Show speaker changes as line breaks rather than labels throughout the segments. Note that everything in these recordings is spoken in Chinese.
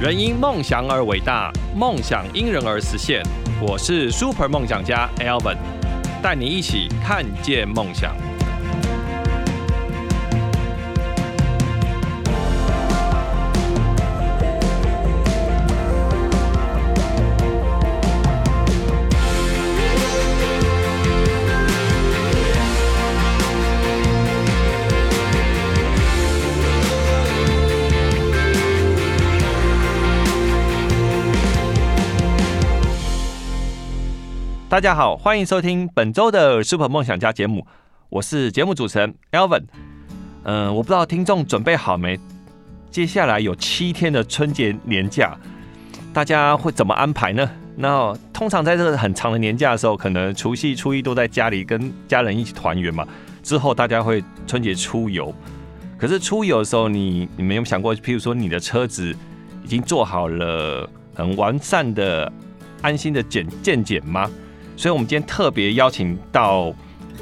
人因梦想而伟大，梦想因人而实现。我是 Super 梦想家 Alvin，带你一起看见梦想。大家好，欢迎收听本周的 Super 梦想家节目，我是节目主持人 Alvin。嗯、我不知道听众准备好没？接下来有七天的春节年假，大家会怎么安排呢？那通常在这个很长的年假的时候，可能除夕、初一都在家里跟家人一起团圆嘛。之后大家会春节出游，可是出游的时候你，你们有没有想过，譬如说你的车子已经做好了很完善的、安心的检健检吗？所以我们今天特别邀请到，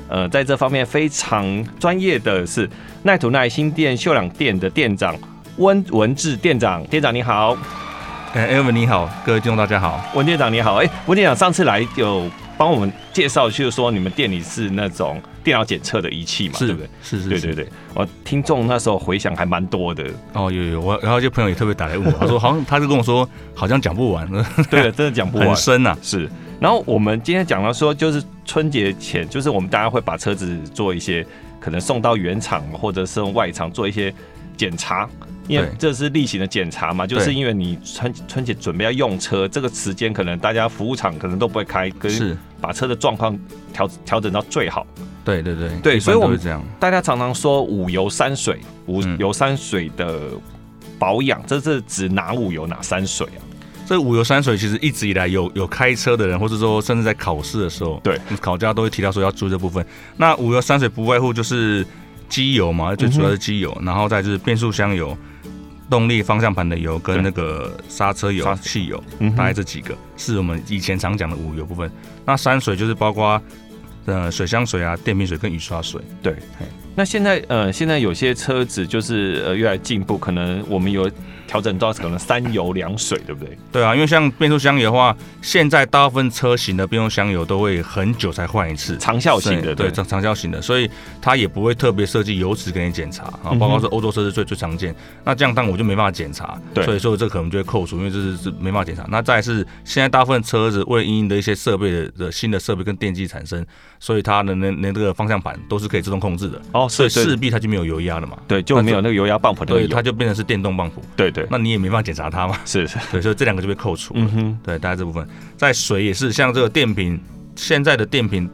呃，在这方面非常专业的是耐土耐新店秀朗店的店长温文志店长，店长你好，
哎、e v a n 你好，各位听众大家好。
温店长你好，哎、温店长上次来有帮我们介绍，就是说你们店里是那种电脑检测的仪器嘛，对不对？
是是
对对
对。
对，我听众那时候回想还蛮多的，
哦，有有，我然后就朋友也特别打来问我，他说好 像他就跟我说，好像讲不完，
对 的，真的讲不完
很。深呐、啊。
是，然后我们今天讲到说，就是春节前，就是我们大家会把车子做一些可能送到原厂或者是外厂做一些检查，因为
对
这是例行的检查嘛，就是
对
因为你春春节准备要用车，这个时间可能大家服务厂可能都不会开，可是
是，
把车的状况调调整到最好。
对对对
对
一般
所以我们
都是这样。
大家常常说五油三水，五
嗯
油三水的保养，这是指哪五油哪三水啊？
这五游山水其实一直以来有有开车的人，或者说甚至在考试的时候，
对
考家都会提到说要注意这部分。那五游山水不外乎就是机油嘛，最主要是机油，
嗯
然后再就是变速箱油、动力方向盘的油跟
对
那个刹车油
刹、车
汽油，
嗯哼
大概这几个是我们以前常讲的五油部分。那山水就是包括呃水箱水啊、电瓶水跟雨刷水。
那现在呃，现在有些车子就是呃越来进步，可能我们有调整到可能三油两水，对不对？
对啊，因为像变速箱油的话，现在大部分车型的变速箱油都会很久才换一 次，
长效型的，
对
对，
长长效型的，所以它也不会特别设计油脂给你检查啊，
嗯哼
包括是欧洲车是最最常见。那这样当然我就没办法检查，
对
所以说这可能就会扣除，因为这是是没办法检查。那再来是现在大部分车子为了因应的一些设备的的新的设备跟电机产生，所以它的那那那个方向盘都是可以自动控制的，
哦，
所
是
以
是，
势必它就没有油压了嘛，
对，就没有那个油压泵浦那个
对，它
油，
就变成是电动泵浦，
对对，
那你也没办法检查 它嘛，
是是，
对，所以这两个就被扣除了。
嗯哼，
对，大概这部分。在水也是，像这个电瓶，现在的电瓶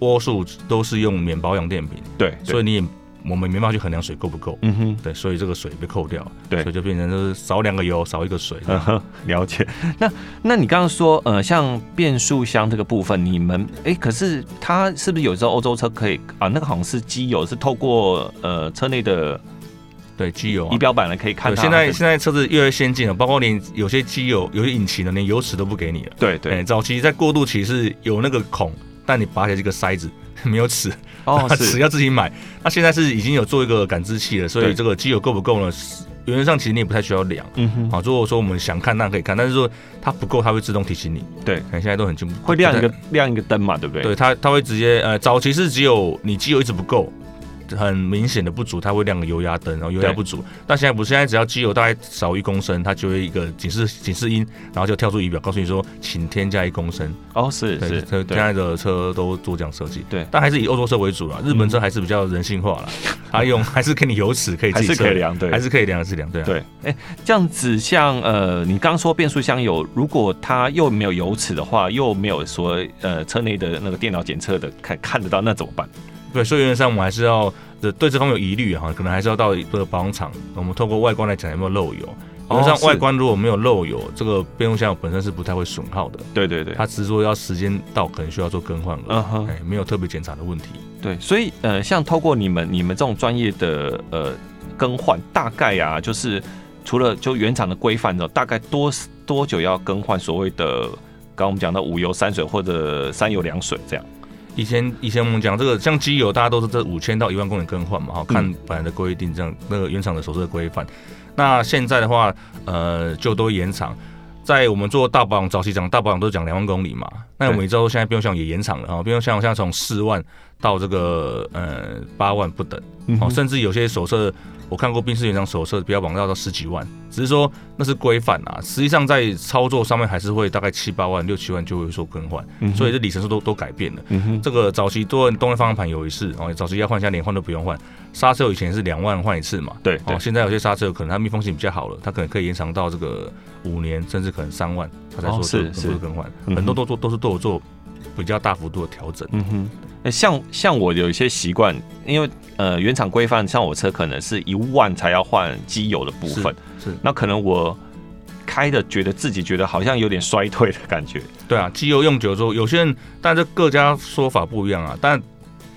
多数都是用免保养电瓶，
对，以，
所以你也我们没办法去衡量水够不够。
嗯哼。
对，所以这个水被扣掉了，
对
所以就变成就是少两个油，少一个水。
嗯哼，了解。那那你刚刚说，呃，像变速箱这个部分，你们哎、可是它是不是有时候欧洲车可以啊？那个好像是机油，是透过呃车内的
对，机油、啊
仪。表板来可以看
对，
它。
现在现在车子越来越先进了，包括连有些机油、有些引擎的连油尺都不给你了。
对
哎
对
早期在过渡期是有那个孔，但你拔起来这个塞子 没有尺，
哦
那尺
是
要自己买。那现在是已经有做一个感知器了，所
对
以这个机油够不够呢？原则上其实你也不太需要量。
嗯哼
好，如果说我们想看，那可以看，但是说它不够，它会自动提醒你。
对
哎，现在都很进步，
会亮一
嗯
个亮一个灯嘛，对不对？
对，对它它会直接呃，早期是只有你机油一直不够，很明显的不足，它会亮个油压灯，然后油压
对
不足。但现在不是，现在只要机油大概少一公升，它就会一个警示警示音，然后就跳出仪表告诉你说，请添加一公升。
哦，是
对，
是，
车现
对
在的车都做这样设计。
对
但还是以欧洲车为主了，日
嗯
本车还是比较人性化了，它用还是给你油尺可以
还
自己
是
测
可以，量，对，
还是可以量，还是量，对啊。
对。哎、这样子像呃，你刚说变速箱油，如果它又没有油尺的话，又没有说呃车内的那个电脑检测的看看得到，那怎么办？
对，所以原则上我们还是要呃对这方面有疑虑哈，可能还是要到一个保养厂，我们透过外观来讲有没有漏油。
哦
原则上
是
外观如果没有漏油，这个变速箱油本身是不太会损耗的，
对对对，
它只是说要时间到可能需要做更换了，
嗯哼，
哎，没有特别检查的问题。
对。所以呃，像透过你们你们这种专业的呃更换，大概啊，就是除了就原厂的规范之后，大概多多久要更换所谓的？刚刚我们讲到五油三水或者三油两水这样，
以前以前我们讲这个像机油，大家都是这五千到一万公里更换嘛，
嗯
哈，看本来的规定这样，那个原厂的手册的规范。那现在的话，呃，就都延长。在我们做大保养，早期讲大保养都是讲两万公里嘛，那我们也知道现在变速箱也延长了啊，变速箱现在从四万到这个呃八万不等。
嗯
哦，
哼
甚至有些手册我看过宾士原厂手册标榜要到十几万，只是说那是规范啊，实际上在操作上面还是会大概七八万、六七万就会说更换，
嗯哼
所以这里程数都都改变了。
嗯哼，
这个早期多人动力方向盘有一次，哦，早期要换，现在连换都不用换。刹车以前是两万换一次嘛，
对
哦
对，，
现在有些刹车可能它密封性比较好了，它可能可以延长到这个五年，甚至可能三万，它才
哦
说
是
做
是
做更换。
嗯哼
很多都做都是都有做比较大幅度的调整。
嗯哼，诶像像我有一些习惯，因为呃原厂规范，像我车可能是一万才要换机油的部分，
是是
那可能我开的觉得自己觉得好像有点衰退的感觉，
对啊，机油用久之后，有些人，但这各家说法不一样啊。但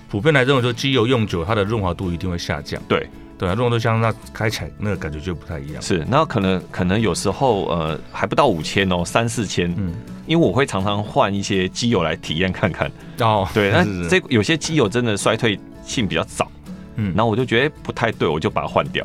普遍来认为说，机油用久，它的润滑度一定会下降。
对，
对啊，润滑度下降，那开起来那个感觉就不太一样。
是，那可能可能有时候呃还不到五千哦，三四千，
嗯，
因为我会常常换一些机油来体验看 看，
哦，
对，
是
那
是
这有些机油真的衰退性比较早，
嗯
然后我就觉得诶不太对，我就把它换掉，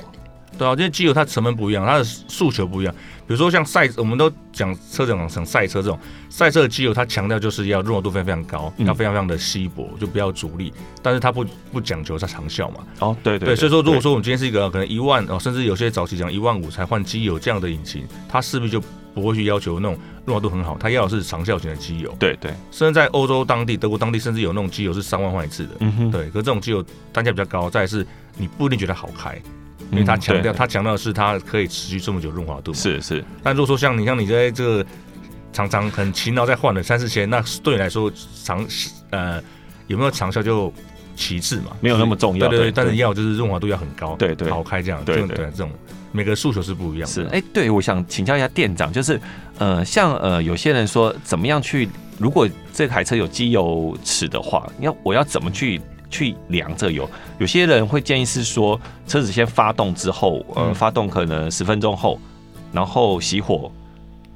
对啊，因为机油它成本不一样，它的诉求不一样。比如说像赛，我们都讲车讲讲赛车这种赛车的机油，它强调就是要润滑度非常非常高，
嗯
要非常非常的稀薄，就不要阻力。但是它不不讲求它长效嘛。
哦，对对
对，所以说如果说我们今天是一个可能一万哦，甚至有些早期讲一万五才换机油这样的引擎，它势必就不会去要求那种润滑度很好，它要的是长效型的机油。
对对，
甚至在欧洲当地、德国当地，甚至有那种机油是三万换一次的。
嗯哼，
对，可是这种机油单价比较高，再来是你不一定觉得好开，因为它
嗯
强
对
调它强调的是它可以持续这么久润滑度。。
是是，
但如果说像你像你在这个常常很勤劳在换的三四千，那对你来说长呃有没有长效就其次嘛，
没有那么重要，
对对对，但是要就是润滑度要很高，
对对
好开这样，
对
这种
对
对这种每个诉求是不一样的，
是，哎、对，我想请教一下店长，就是，呃，像呃，有些人说怎么样去，如果这台车有机油尺的话，要我要怎么去去量这油？有些人会建议是说，车子先发动之后，呃，
嗯
发动可能十分钟后，然后熄火，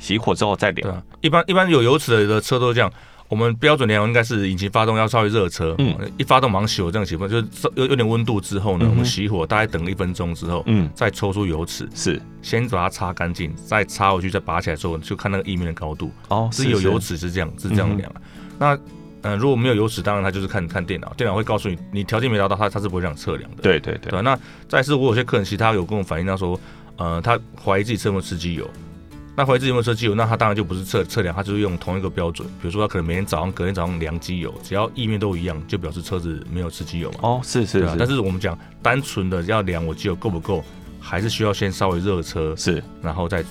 熄火之后再
对
量。
啊，一般一般有油齿的车都是这样。我们标准量应该是引擎发动要稍微热车，
嗯
一发动马上熄火这样情况，就是有有点温度之后呢，
嗯哼
我们熄火，大概等一分钟之后，
嗯，
再抽出油尺，
是，
先把它擦干净，再擦回去，再拔起来之后，就看那个液面的高度。
哦，
是有油，尺是这样，是
嗯
这样量啊。那呃，如果没有油尺，当然它就是看看电脑，电脑会告诉你你条件没达到，它它是不会这样测量的。
对对对，
对啊那再是我有些客人，其实他有跟我反映，他说，呃，他怀疑自己车有没有吃机油。那怀疑自己有没有吃机油，那他当然就不是测测量，他就是用同一个标准。比如说，他可能每天早上、隔天早上量机油，只要液面都一样，就表示车子没有吃机油嘛。
哦，是是
对
是
啊，，但是我们讲单纯的要量我机油够不够，还是需要先稍微热车，
是，
然后再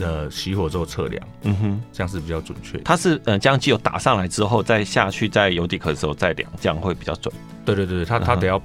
呃熄火之后测量，
嗯哼，
这样是比较准确的。
它是呃将机油打上来之后，再下去在油底壳的时候再量，这样会比较准。
对对对，对它
嗯
它
哼
得要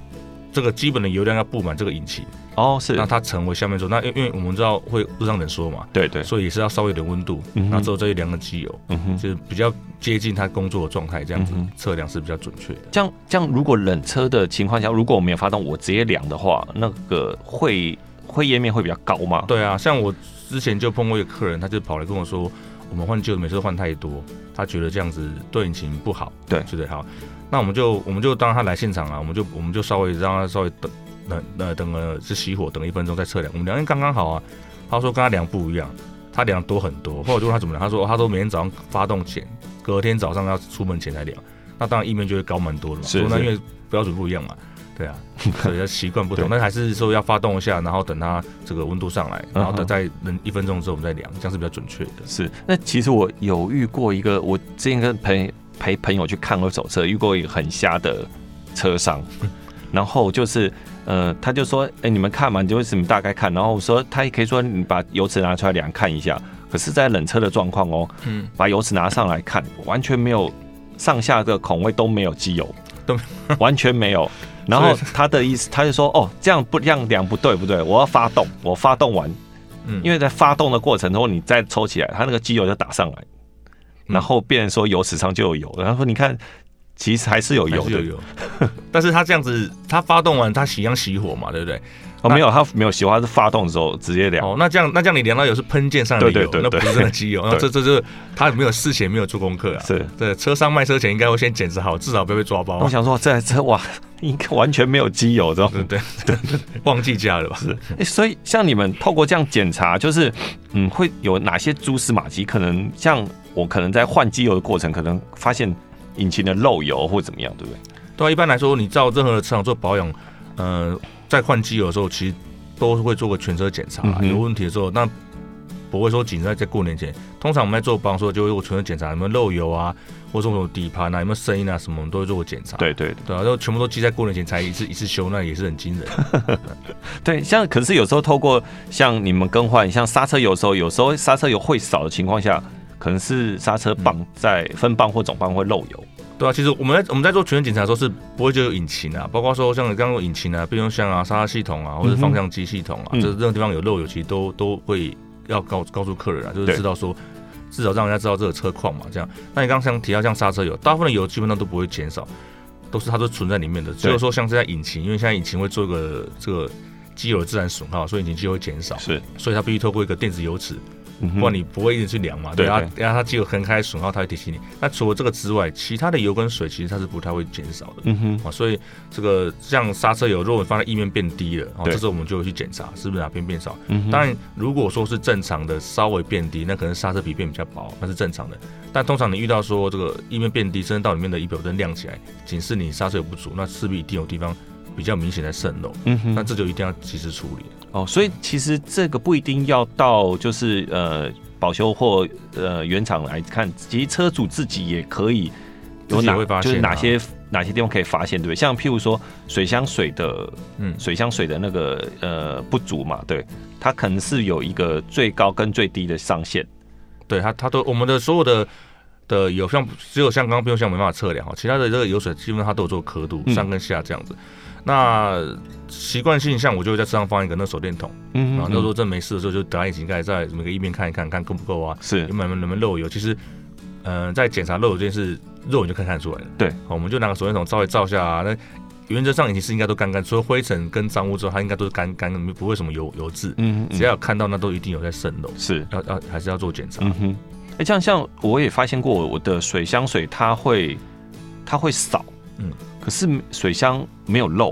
这个基本的油量要布满这个引擎，
哦，是，
让它成为下面说，那因因为我们知道会路上冷缩嘛，
对对，
所以也是要稍微有点温度，
嗯哼
然后之后再去量个机油，
嗯哼。
就是比较接近它工作的状态，这样子
嗯哼
测量是比较准确的。
这样这样，如果冷车的情况下，如果我没有发动，我直接量的话，那个会会页面会比较高吗？
对啊，像我之前就碰过一个客人，他就跑来跟我说，我们换旧的每次都换太多，他觉得这样子对引擎不好，
对
觉得好，那我们就我们就当他来现场啊，我们就我们就稍微让他稍微等，那那等了是熄火，等一分钟再测量，我们量哎刚刚好啊。他说跟他量不一样，他量多很多。后来我就问他怎么量，他说、哦他都每天早上发动前，隔天早上要出门前才量，那当然意面就会高蛮多的嘛。
是
说那
是
因为标准不一样嘛，对啊，所以要习惯不同，
对
但还是说要发动一下，然后等它这个温度上来，然后
嗯哼
等再等一分钟之后我们再量，这样是比较准确的。
是。那其实我有遇过一个，我之前跟朋陪朋友去看二手车，遇过一个很瞎的车商， 然后就是呃，他就说，哎、你们看嘛，你就是你们大概看，然后我说他也可以说你把油尺拿出来量看一下，可是，在冷车的状况哦，
嗯，
把油尺拿上来看，完全没有上下的孔位都没有机油，
都没
完全没 有。然后他的意思，他就说：“哦，这样不这样量不对不对，我要发动，我发动完，
嗯
因为在发动的过程中，你再抽起来，它那个机油就打上来，
嗯
然后变成说油尺上就有油。然后说你看其实还是哦有油
还是
的
有。 油，但是它这样子，它发动完它洗样熄火嘛，对不对？
哦，没有，它没有洗花，它是发动的时候直接凉。
哦，那这样那这样你量到油是喷溅上来的油，
啊对 对对
那不是真的机油，那这这这他没有事前没有做功课啊。
是，
对，车商卖车前应该会先检查好，至少不要被抓包
我
啊。
想说这这哇， 应该完全没有机油这种。
对对对，忘记加了吧？是，
诶所以像你们透过这样检查，就是嗯，会有哪些蛛丝马迹？可能像我可能在换机油的过程，可能发现引擎的漏油或怎么样，对不对？
对啊，一般来说，你照任何的车厂做保养，呃，在换机油的时候，其实都会做个全车检查啦、
嗯哼
有问题的时候，那不会说仅在在过年前。通常我们在做保养的时候，就会做全车检查，有没有漏油啊，或者说什么底盘啊，有没有声音啊，什么我们都会做个检查。
对对
对啊，都全部都记在过年前才一次一次修，那也是很惊人。
对，像可是有时候透过像你们更换，像刹车油的时候，有时候刹车油会少的情况下，可能是刹车棒在分棒或总棒会漏油。
对啊，其实我们在我们在做全身检查的时候是不会就有引擎啊，包括说像你刚刚有引擎啊、变速箱啊、刹车系统啊，或者
嗯哼
方向机系统啊，
嗯
这任何地方有漏油，其实都都会要告告诉客人啊，就
对
是知道说至少让人家知道这个车况嘛，这样。那你刚刚像提到像刹车油，大部分的油基本上都不会减少，都是它都存在里面的，只有说像是在引擎，因为现在引擎会做一个这个机油的自然损耗，所以引擎机油会减少，
是，
所以它必须透过一个电子油尺
嗯哼
不然你不会一直去量嘛，
对
对啊
对，
然后它只有横开损耗，它会提醒你。那除了这个之外，其他的油跟水其实它是不太会减少的。
嗯哼，
啊，所以这个像刹车油，如果你放在液面变低了，哦，
对
这时候我们就会去检查是不是哪边变少。
嗯哼，
当然，如果说是正常的稍微变低，那可能刹车皮变比较薄，那是正常的。但通常你遇到说这个液面变低，甚至到里面的仪表灯亮起来，警示你刹车油不足，那势必一定有地方比较明显在渗漏，
嗯哼
那这就一定要及时处理。
哦，所以其实这个不一定要到就是呃保修或呃原厂来看，其实车主自己也可以有
自己也
哪
会发
就是
现
哪
啊
些哪些地方可以发现，对不对？像譬如说水箱水的
嗯，
水箱水的那个呃不足嘛，对，它可能是有一个最高跟最低的上限。
对它，它都我们的所有的的油箱，只有像刚刚变速箱没办法测量哦哈，其他的这个油水基本上它都有做刻度，
嗯
上跟下这样子。那习惯性像我就会在车上放一个那手电筒，
嗯
然后那时候
嗯
真没事的时候就打开引擎盖，在每个一边看一看，看够不够啊，
是
有没有能不能漏油。其实，嗯，在检查漏油这件事，肉眼就可以看出来了。
对
好，我们就拿个手电筒稍微照一下啊。那原则上引擎是应该都干干，除了灰尘跟脏污之后，它应该都是干干，不会什么油油渍。
嗯
只要有看到，那都一定有在渗漏，
是
要要还是要做检查。
嗯哼，哎、这样像我也发现过，我的水箱水它会它会少，嗯
嗯，
可是水箱没有漏，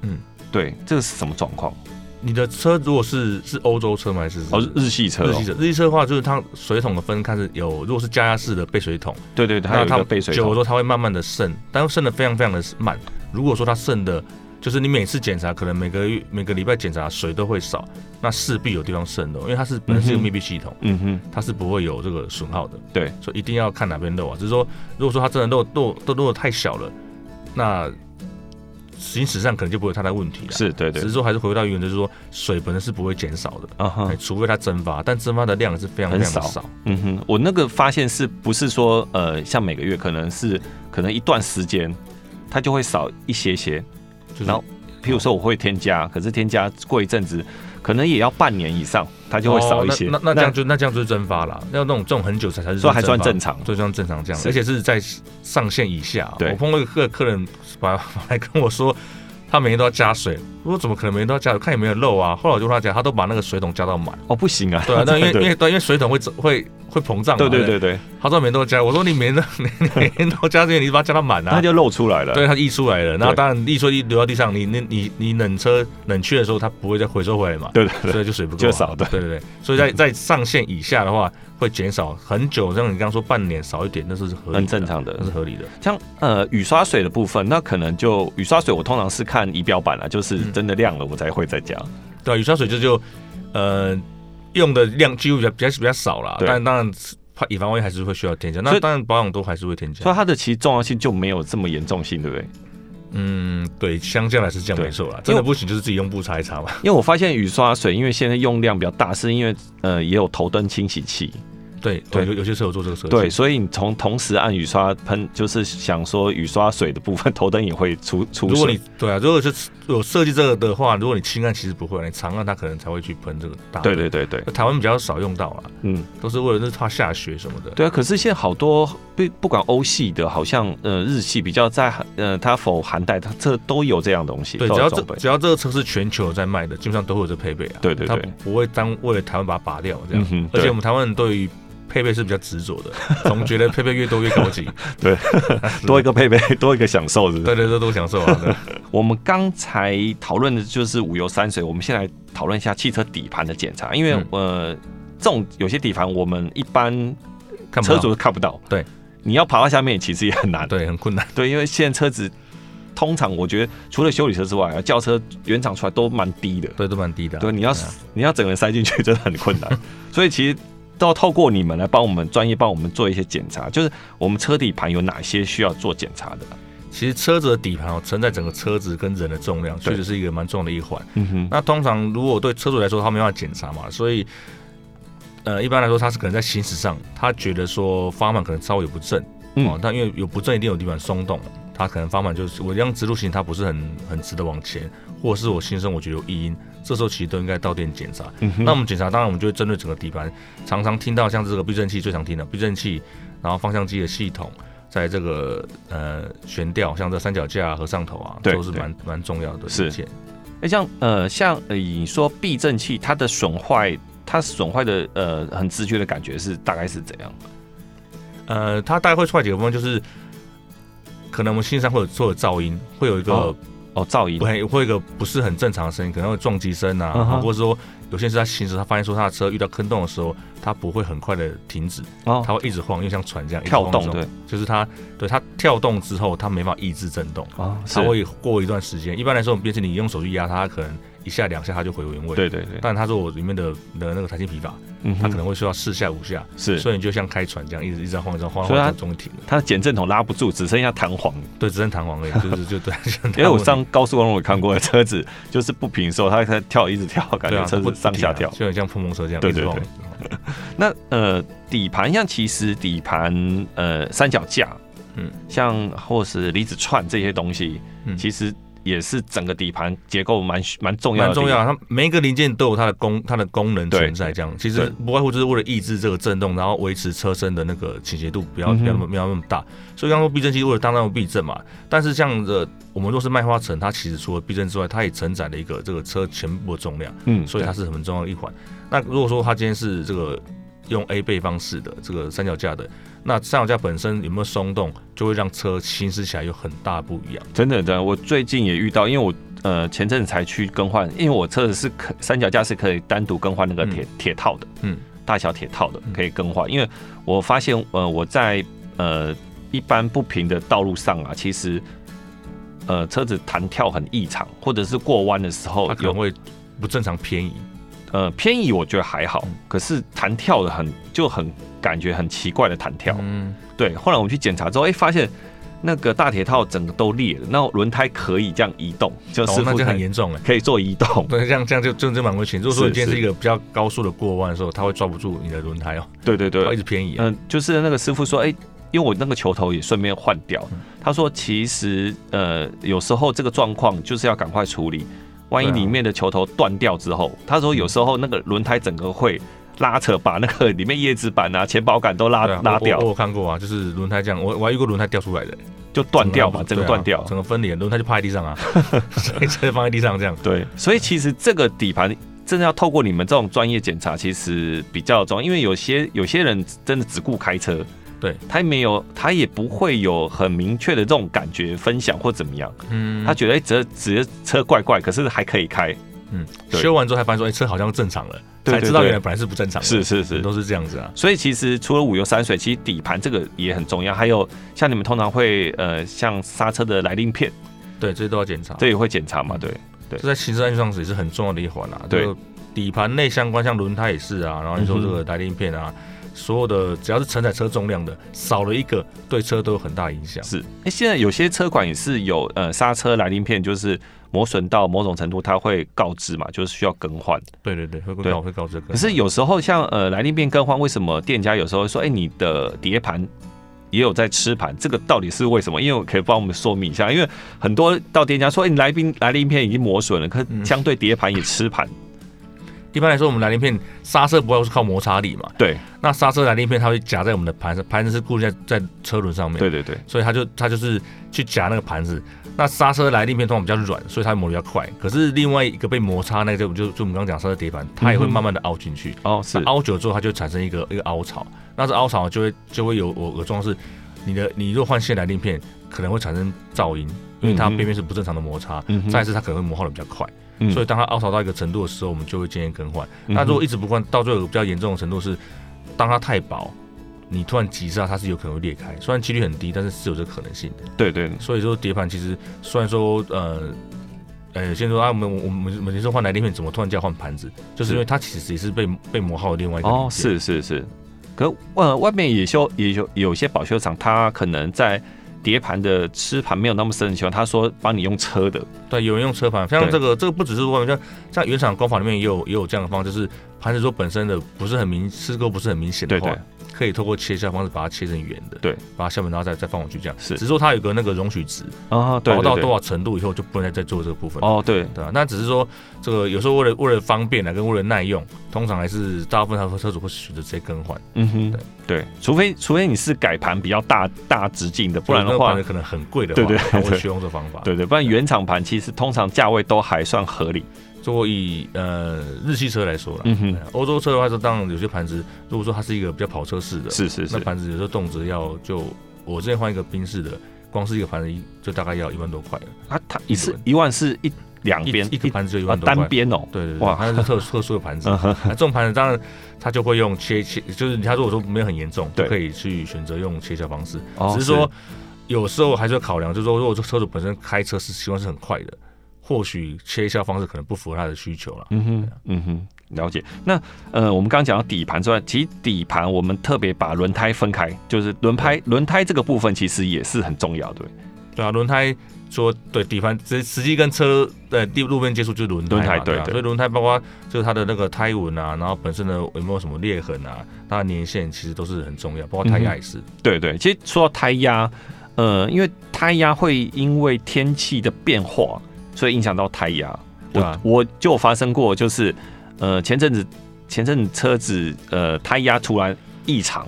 嗯
嗯，
对，这个是什么状况？
你的车如果是是欧洲车吗？还是
哦，日系车、
日
哦
系，车？日系车的话，就是它水桶的分开是有，如果是加压式的备水桶，
对对对，它有一
那
个备水
久了
桶
之，后它会慢慢的渗，但渗的非常非常的慢。如果说它渗的，就是你每次检查，可能每个月每个礼拜检查水都会少，那势必有地方渗漏，因为它是本身是一
嗯
个
哼
密闭系统。
嗯哼，
它是不会有这个损耗的。
对，
所以一定要看哪边漏啊。只是说，如果说它真的漏漏都漏的太小了，那行驶上可能就不会有太大问题了。啊
是对对
只是说还是回到原则，就是说水本身是不会减少的，
啊哈
哎，除非它蒸发，但蒸发的量是非常
很
非常的
少
少。
嗯哼，我那个发现是不是说呃，像每个月可能是可能一段时间它就会少一些些，
就是
然后譬如说我会添
哦
加，可是添加过一阵子，可能也要半年以上，它就会少一些，
哦那那那这样就那这样就是蒸发了，要那种这种很久才才是
所以还算
发
正常。
就像正常这样，
是
而且是在上限以下。啊
对
我碰到一个客人把来 跟我说，他每天都要加水，我说怎么可能每天都要加水？看有没有漏啊。后来我就跟他讲，他都把那个水桶加到满。
哦，不行啊，
对啊，那因为
对
因为对，因为水桶会走会会膨胀嘛。
对对
不
对对，
他说每天都加，我说你每天都 你你每天都加这些，你把它加到满
那
啊。
就露出来了。
对，它溢出来了，那
对
当然溢出一流到地上，你你你你冷车冷却的时候，它不会再回收回来嘛。
对对对，
所以就水不够、啊，
就少对
对对对，所以在在上限以下的话，会减少很久，像你刚刚说半年少一点，那是合理的，
很正常的
那是合理的。
像呃雨刷水的部分，那可能就雨刷水，我通常是看仪表板啦，啊就是
嗯
真的亮了我才会再加。
对啊，雨刷水就就呃用的量几乎比较比较比较少啦，
对
但当然怕以防万一还是会需要添加，
所
那
以
当然保养都还是会添
所
加
以。它的其实重要性就没有这么严重性，对不对？
嗯，对，相较来是这样
对
没错啦，
因
真
为
的不行就是自己用布擦一擦嘛。
因为我发现雨刷水，因为现在用量比较大，是因为呃也有头灯清洗器，
对
对
有有些是有做这个设计，
对，所以你从同时按雨刷喷，就是想说雨刷水的部分， 头灯也会出出
如果
水
你。对啊，如果是有设计这个的话，如果你轻按其实不会，啊你长按它可能才会去喷这个大。
对，对对对，
台湾比较少用到啦，啊
嗯，
都是为了那是怕下雪什么的。
对啊。可是现在好多不不管欧系的，好像呃日系比较在呃它否寒带，它这都有这样东西，
对，
都
只
有
要
这
这
种东西
只要这个车是全球在卖的，基本上都会有这配备啊。
对对
它
对
不不会单为了台湾把它拔掉这
嗯
样。
哼，
而且
对
我们台湾人对于配备是比较执着的，总觉得配备越多越高 级。
对，多一个配备， 多一个享受，是不是
对对对，都享受啊。对
我们刚才讨论的就是五油三水，我们先来讨论一下汽车底盘的检查，因为、
嗯
呃，这种有些底盘我们一般
看不到
车主看不到，
嗯对，
你要爬到下面其实也很难，
对很困难。
对，因为现在车子通常我觉得除了修理车之外啊，轿车原厂出来都蛮低的，
对，都蛮低的啊、
对，你要、
啊
你要整个人塞进去 真的很困难，所以其实。都要透过你们来帮我们专业帮我们做一些检查，就是我们车底盘有哪些需要做检查的。
其实车子的底盘哦，承载整个车子跟人的重量，确实是一个蛮重要的一环。
嗯哼，
那通常如果对车主来说，他没办法检查嘛，所以呃，一般来说他是可能在行驶上，他觉得说方向盘可能稍微有不正，
嗯
哦，但因为有不正一定有地方松动，他可能方向盘就是我这样直路行，它不是很很直的往前，或者是我心生我觉得有异音，这时候其实都应该到店检查。
嗯哼
那我们检查，当然我们就会针对整个底盘，常常听到像这个避震器最常听的避震器，然后方向机的系统，在这个呃悬吊，像这三脚架啊、和上头啊，
对
都是
对
蛮蛮重要的
是
零件。
那像呃，像呃，你说避震器它的损坏，它损坏的呃，很直觉的感觉是大概是怎样？
呃，它大概会出来几个部分，就是可能我们心上会有会有噪音，会有一个
哦哦，噪音
不，会会有一个不是很正常的声音，可能会撞击声啊，
嗯哼
或者说有些是他行驶，他发现说他的车遇到坑洞的时候，他不会很快的停止，
哦，
他会一直晃，又像船这样一直
跳
晃
动
这种
对，
就是它对它跳动之后，它没办法抑制震动，
哦，
它
是，
会过一段时间。一般来说，我们变成你用手去压它，它可能一下两下它就回原位。
对对对，
但它说我里面的的那个弹性疲乏，
嗯哼，
它可能会需要四下五下，
是，
所以你就像开船这样一直一直晃，一直晃，
所以它
晃终于停了。
它的减震筒拉不住，只剩下弹簧。
对，只剩 弹簧而已，就是就对。
因为我上高速公路也看过，车子就是不平的时候，它它跳一直跳，感
对
觉
啊，
车
不
子上下
不停
跳
啊。就很像碰碰车这样，
对
一直
对
晃
对那呃，底盘像其实底盘呃三脚架，嗯
嗯，
像或是离子串这些东西，
嗯
其实也是整个底盘结构蛮蛮重要的
蛮
地方，
重要。它每一个零件都有它的功它的功能
对
存在，这样其
对
实不外乎就是为了抑制这个震动，然后维持车身的那个倾斜度不要
嗯哼
不要那么不要那么大。所以刚刚说避震器为了当然用避震嘛，但是像这我们若是麦花臣，它其实除了避震之外，它也承载了一个这个车全部的重量，
嗯，
所以它是很重要的一环。那如果说它今天是这个用 A 背方式的这个三脚架的，那三脚架本身有没有松动，就会让车行驶起来有很大不一样。
真的，真的，我最近也遇到，因为我呃前阵子才去更换，因为我车子是可三脚架是可以单独更换那个铁铁、套的，
嗯，
大小铁套的
嗯
可以更换，因为我发现呃我在呃一般不平的道路上啊，其实呃车子弹跳很异常，或者是过弯的时候
它啊可能
有
会不正常偏移。
呃偏移，我觉得还好
嗯，
可是弹跳的很就很感觉很奇怪的弹跳，
嗯，
对，后来我们去检查之后，哎、发现那个大铁套整个都裂了，那轮胎可以这样移动，就
哦
是，
那
傅
就
可
很
以
严重哎。
可以做移 动。
对，这样这样就真的蛮危险。如果说
是
你今天是
是
一个比较高速的过弯的时候，它会抓不住你的轮胎哦，
对对
它一
对，
直偏移啊。
嗯、就是那个师傅说，哎、因为我那个球头也顺便换掉，他说其实呃有时候这个状况就是要赶快处理，万一
对啊
里面的球头断掉之后，他说有时候那个轮胎整个会拉扯，把那个里面叶子板啊、前保杆都拉、
对啊，
拉
我我我
掉，
有看过啊，就是轮胎这样，我我还遇过轮胎掉出来的，
就断掉嘛，整个
对啊
断掉。
整个分离，轮胎就趴在地上啊， 所以车放在地上这样。
对，所以其实这个底盘真的要透过你们这种专业检查，其实比较重要，因为有些有些人真的只顾开车，
对
他没有，他也不会有很明确的这种感觉分享或怎么样，
嗯，
他觉得这只是车怪怪，可是还可以开，
嗯
对
修完之后才发现说，哎，车好像正常了，
对
才
对
知道
对
原来本来是不正常的。
是是是。
都是这样子啊。
所以其实除了五油三水，其实底盘这个也很重要，还有像你们通常会呃像刹车的来令片，
对，这些都要检查。
这也会检查嘛，对，对
这在行车安全上也是很重要的一环啦、啊。
对，
底盘内相关，像轮胎也是啊，然后你
嗯
说
哼
这个来电片啊，所有的只要是承载车重量的，少了一个对车都有很大影响。
是，哎，现在有些车款也是有呃刹车来临片，就是磨损到某种程度，它会告知嘛，就是需要更换。
对对对，会啊
对
告会告这个。
可是有时候像呃来临片更换，为什么店家有时候会说，哎、你的碟盘也有在吃盘，这个到底是为什么？因为我可以帮我们说明一下，因为很多到店家说，哎、你来宾来临片已经磨损了，可
嗯
相对碟盘也吃盘，
一般来说，我们来鳞片刹车不要是靠摩擦力嘛，
对
那刹车来鳞片它会夹在我们的盘上，盘子是固定在在车轮上面，
对对对，
所以它就它就是去夹那个盘子。那刹车来鳞片通常比较软，所以它磨得比较快。可是另外一个被摩擦那个就就就我们刚刚讲刹车碟盘，它也会
嗯哼
慢慢的凹进去。
哦是
那，凹久之后，它就产生一个一个凹槽，那这凹槽就会就会有我我状况是，你的你若换线来鳞片，可能会产生噪音，因为它
嗯哼
边边是不正常的摩擦。
嗯哼
再一次，它可能会磨耗的比较快，
嗯
所以当它凹槽到一个程度的时候，我们就会建议更换。
嗯哼
那如果一直不换，到最后有比较严重的程度是，当它太薄，你突然急刹，它是有可能会裂开。虽然几率很低，但是是有这个可能性的。
对对
所以说碟盘其实虽然说呃。呃，先说啊，我们我们我们先说换来鳞片，怎么突然叫换盘子？就是因为它其实也是被被磨耗的另外一个
哦
零
是
件
是是，可呃外面也修也有有些保修厂，它可能在碟盘的吃盘没有那么深的情况，他说帮你用车的，
对，有人用车盘，像
对
这个这个不只是外面，像像原厂工法里面也有也有这样的方式，就是盘子说本身的不是很明，施工不是很明显的
对
话，
对
可以透过切削方式把它切成圆的，
对，
把它下面然后再再放回去这样，
是
只是说它有个那个容许值，
啊对
薄到
对
多
对，
少程度以后就不能再再做这个部分。
哦对
对啊，那只是说这个有时候为了为了方便呢，啊跟为了耐用，通常还是大部分他车主会选择直接更换，
嗯哼，
对
对，除非除非你是改盘比较大大直径的，不然的
那个
话
盘，子可能很贵的话，
对对
他会
对
去用这方法。
对对，不然原厂盘其实通常价位都还算合理。
如果以呃日系车来说啦，
嗯哼
对啊欧洲车的话，就当然有些盘子，如果说它是一个比较跑车式的，
是是是啊
那，盘子有时候动辄要就我之前换一个宾士的，光是一个盘子一就大概要一万多块了，
它它一次
轮
一万是一两
一
边
一个盘子就一
啊
万多
单
块。
边哦，
对对对，
哇
它是特特殊的盘子，
嗯哼
那这种盘子当然它就会用切切，就是他如果说没有很严重，就
对
可以去选择用切削方式。
哦
只是说有时候还是要考量，就是说如果这车主本身开车是习惯是很快的，或许切削方式可能不符合他的需求了。
嗯哼嗯哼，了解。那呃，我们刚刚讲到底盘之外，其实底盘我们特别把轮胎分开，就是轮胎轮胎这个部分其实也是很重要的，对
对啊，轮胎说对底盘实实际跟车呃地路边接触就是轮胎嘛
轮胎对
啊
对
所以轮胎包括就是它的那个胎纹啊，然后本身的有没有什么裂痕啊，它的年限其实都是很重要，包括
嗯
胎压也是。
对对。其实说到胎压，呃，因为胎压会因为天气的变化，所以影响到胎压。
对啊，
我就有发生过，就是呃前阵子前阵子车子呃胎压突然异常，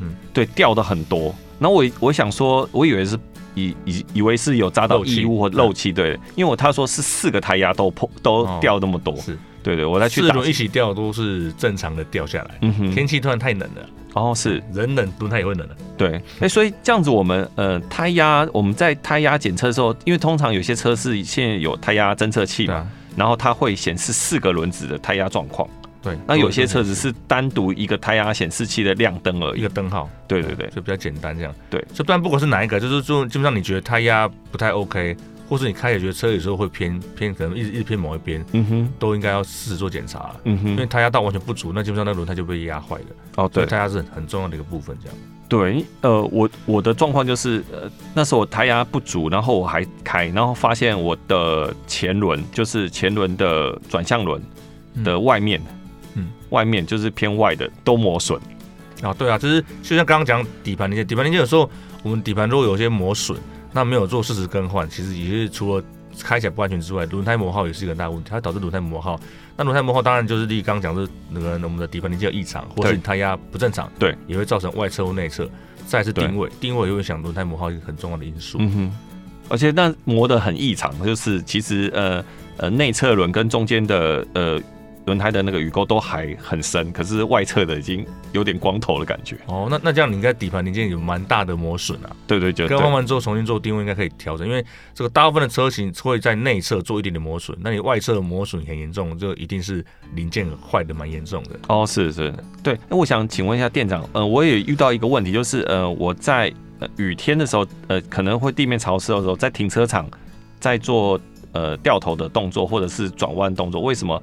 嗯
嗯，对，掉的很多。然后我我想说，我以为是以以以为是有扎到
漏气
异物或
嗯
漏气，对，因为我他说是四个胎压都破都
哦
掉那么多，
是
对对，我再去
四
打，
轮一起掉都是正常的掉下来。
嗯哼，
天气突然太冷了，
哦是
人冷轮胎也会冷的。
对，哎、所以这样子我们呃胎压我们在胎压检测的时候，因为通常有些车是现在有胎压侦测器
对
嘛，
啊，
然后它会显示四个轮子的胎压状况。
对。
那有些车子是单独一个胎压显示器的亮灯而
一
已。
个灯号，
对对对，
就比较简单这样。
对
所以不然不管是哪一个，就是就基本上你觉得胎压不太 OK，或是你开也觉得车有时候会偏偏，可能一直一直偏某一边，
嗯哼，
都应该要试着做检查了。
嗯
因为
哼，
胎压到完全不足，那基本上那轮胎就被压坏了，
哦
所
对
以胎压是很很重要的一个部分。这样，
对，呃，我我的状况就是，呃，那时候我胎压不足，然后我还开，然后发现我的前轮就是前轮的转向轮的外面，
嗯
外面就是偏外的都磨损。
啊，对啊，就是就像刚刚讲底盘零件，底盘零件有时候我们底盘如果有些磨损，那没有做适时更换，其实也是除了开起来不安全之外，轮胎磨耗也是一个很大的问题，它导致轮胎磨耗。那轮胎磨耗当然就是例如刚刚讲的那个我们的底盘零件有异常，或是
对
你胎压不正常，
对，
也会造成外侧或内侧。再来是
对
定位，定位也会影响轮胎磨耗一个很重要的因素。
嗯哼，而且那磨得很异常，就是其实呃呃内侧轮跟中间的呃轮胎的那个雨沟都还很深，可是外侧的已经有点光头的感觉。
哦，那那这样你应该底盘零件有蛮大的磨损啊。
对对对
更
对，
换完之后重新做定位应该可以调整，因为这个大部分的车型会在内侧做一点点磨损，那你外侧磨损很严重，这一定是零件坏的蛮严重的。
哦，是是，对。那我想请问一下店长，呃，我也遇到一个问题，就是呃，我在呃雨天的时候，呃，可能会地面潮湿的时候，在停车场在做呃掉头的动作或者是转弯动作，为什么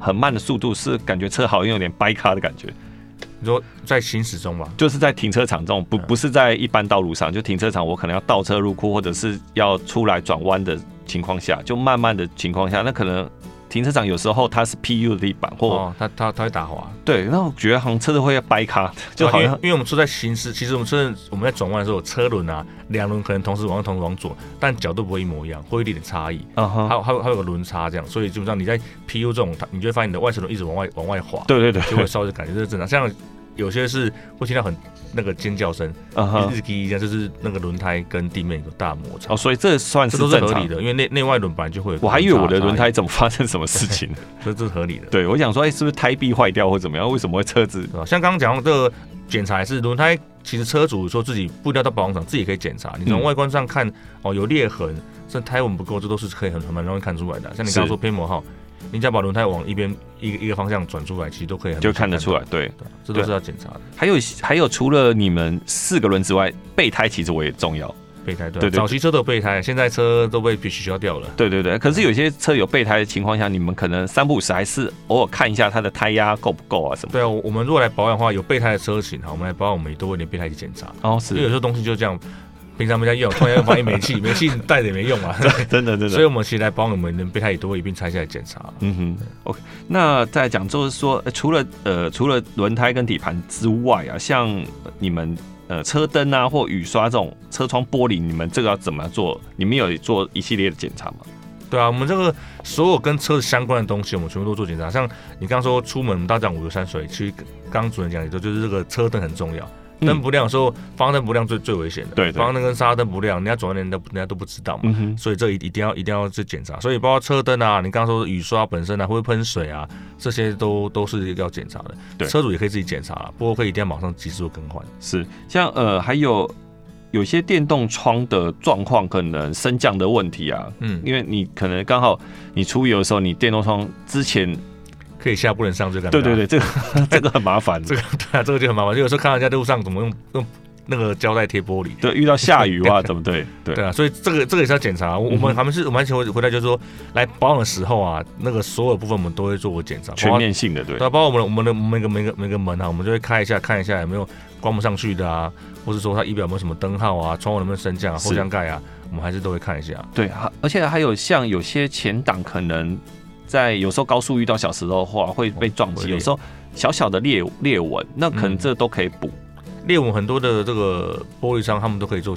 很慢的速度是感觉车好像有点掰咖的感觉？
你说在行驶中吧，
就是在停车场这种不
嗯
不是在一般道路上，就停车场我可能要倒车入库，或者是要出来转弯的情况下，就慢慢的情况下，那可能停车场有时候它是 PU 的地板，或、
哦，它它它会打滑，
对，那我觉得好像车子会要掰卡，就好
因为
像
因为我们车在行驶，其实我们车我们在转弯的时候，车轮啊两轮可能同时往右同时往左，但角度不会一模一样，会有一点点差异，
啊哈，
还有还有还有个轮差这样，所以基本上你在 PU 这种，它你就会发现你的外齿轮一直往外往外滑，
对对对，
就会稍微感觉这是正常，像有些是会听到很那个尖叫声，
啊哈
日，滴一下就是那个轮胎跟地面有大摩擦
哦，，所以这算
这
是
都是
正
合
常
理。的，因为内内外轮本来就会有，
我还以为我的轮，胎怎么发生什么事情，
所以这是合理的。
对我想说，哎、是不是胎壁坏掉或怎么样？为什么会车子？
对吧？像刚刚讲到这个检查也是轮胎，其实车主说自己不一定要到保养厂，自己可以检查。你从
嗯
外观上看，哦，有裂痕，这胎纹不够，这都是可以很很蛮容易看出来的。像你刚刚
是
说偏磨号，你只要把轮胎往一边一个一个方向转出来，其实都可以很
就
明显
看得出
到
来，。对，
对，这都是要检查的。
还有还有，除了你们四个轮之外，备胎其实我也重要。
备胎对啊，
对对
早期车都有备胎，现在车都被取消掉了。
对对对，可是有些车有备胎的情况下，你们可能三不五时还是偶尔看一下它的胎压够不够啊什么。
对啊，我我们如果来保养的话，有备胎的车型啊哈，我们来保养，我们也都会连备胎一起检查。
哦，
因为
是
有时候东西就这样，平常没在用，突然又发现没气， 没气带着也没用啊。
真的真
所以
的。
我们其实来帮我们能备胎也都会一并拆下来检查。啊
嗯哼，OK，那再来讲就是说，呃除了呃除了轮胎跟底盘之外啊，像呃你们呃车灯啊或雨刷这种车窗玻璃，你们这个要怎么做？你们有做一系列的检查吗？
对啊，我们这个所有跟车子相关的东西，我们全部都做检查。像你刚刚说出门，我们大家讲五油三水，其实刚刚主任讲也都就是这个车灯很重要。
嗯
灯不亮的时候，方向灯不亮最最危险的。
对对
方向灯跟刹灯不亮，人家转弯人家人家都不知道嘛。
嗯哼，
所以这一一定要一定要去检查，所以包括车灯啊，你刚刚说的雨刷本身啊，会不会喷水啊，这些都都是要检查的。
对
车主也可以自己检查啦，不过可以一定要马上及时做更换。
是像呃还有有些电动窗的状况，可能升降的问题啊，
嗯，
因为你可能刚好你出游的时候，你电动窗之前，
可以下不能上最尴尬。
对对对，这个 这个很麻烦，
这个对 啊，这个就很麻烦。就有时候看到人家在路上怎么用用那个胶带贴玻璃，
对，遇到下 雨啊，怎么对对
对啊，所以这个这个也是要检查。我我们
嗯哼
还们是我们还是回回来就是说，来保养的时候啊，那个所有部分我们都会做过检查，包
全
括
面性的对
对，啊，包括我们的我们的每个每个每个门啊，我们就会开一下看一下有没有关不上去的啊，或是说它仪表有没有什么灯号啊，窗户有没有升降啊，
是
后箱盖啊，我们还是都会看一下。
对，还而且还有像有些前挡可能在有时候高速遇到小石头的话会被撞
哦会
击，
裂
有时候小小的裂裂纹，那可能
嗯
这都可以补，
裂纹很多的这个玻璃窗，他们都可以做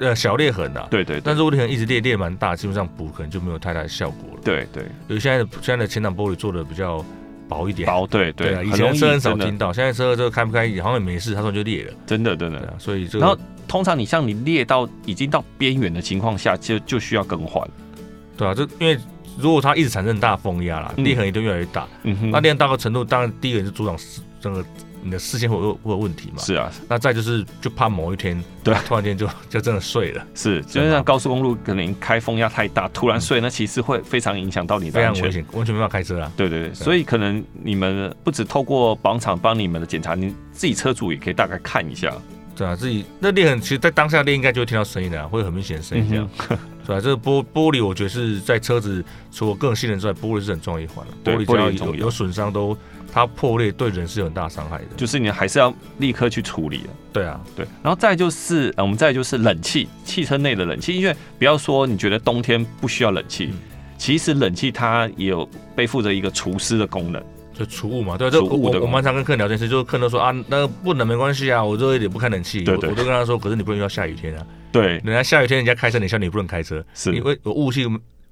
呃小裂痕的、啊，
对对对
但是我裂痕一直裂裂蛮大，基本上补可能就没有太大的效果了。
对对，
有现在的现在的前挡玻璃做的比较薄一点。
薄对
对啊，以
很
前
容
的
易
车很少
真的
听到，现在车这个开不开好像也没事，他说就裂了，
真的真
对
的。
啊，所以这
然后
个
通常你像你裂到已经到边缘的情况下，就就需要更换，
对啊，这因为如果它一直产生很大的风压啦，
嗯
裂痕也都越来越大，
嗯哼，
那练到个程度，当然第一个是阻挡视这个你的视线会有会有问题嘛。
是啊，
那再就是就怕某一天，
对，啊
突然间就就真的睡了，
是，就是
真的
像高速公路可能开风压太大，突然睡，那其实会非常影响到你的
非
安
常
全
危。险，完全没办法开车啊。
对对对，所以可能你们不止透过保养厂帮你们的检查，你自己车主也可以大概看一下。
对啊，自己那裂痕，其实在当下裂应该就会听到声音的、啊，会有很明显的声音
嗯
这样。对啊，这个玻玻璃，我觉得是在车子除了个人性能之外，玻璃是很重要一环了。
对
玻璃只
玻璃
要
很重
有
要
有损伤都，它破裂对人是有很大伤害的。
就是你还是要立刻去处理的。
对啊，
对，然后再就是，呃，我们再就是冷气，汽车内的冷气，因为不要说你觉得冬天不需要冷气
嗯，
其实冷气它也有背负着一个除湿的功能。
就储物嘛，对啊，这
储物
我
的
我
嘛
蛮常跟客人聊天，是就是客人都说啊，那不冷没关系啊，我热一点不开冷气，
对
我
对
我都跟他说，可是你不能遇到下雨天啊，
对，
人家下雨天人家开车，你下雨你不能开车，
是
因为有雾气，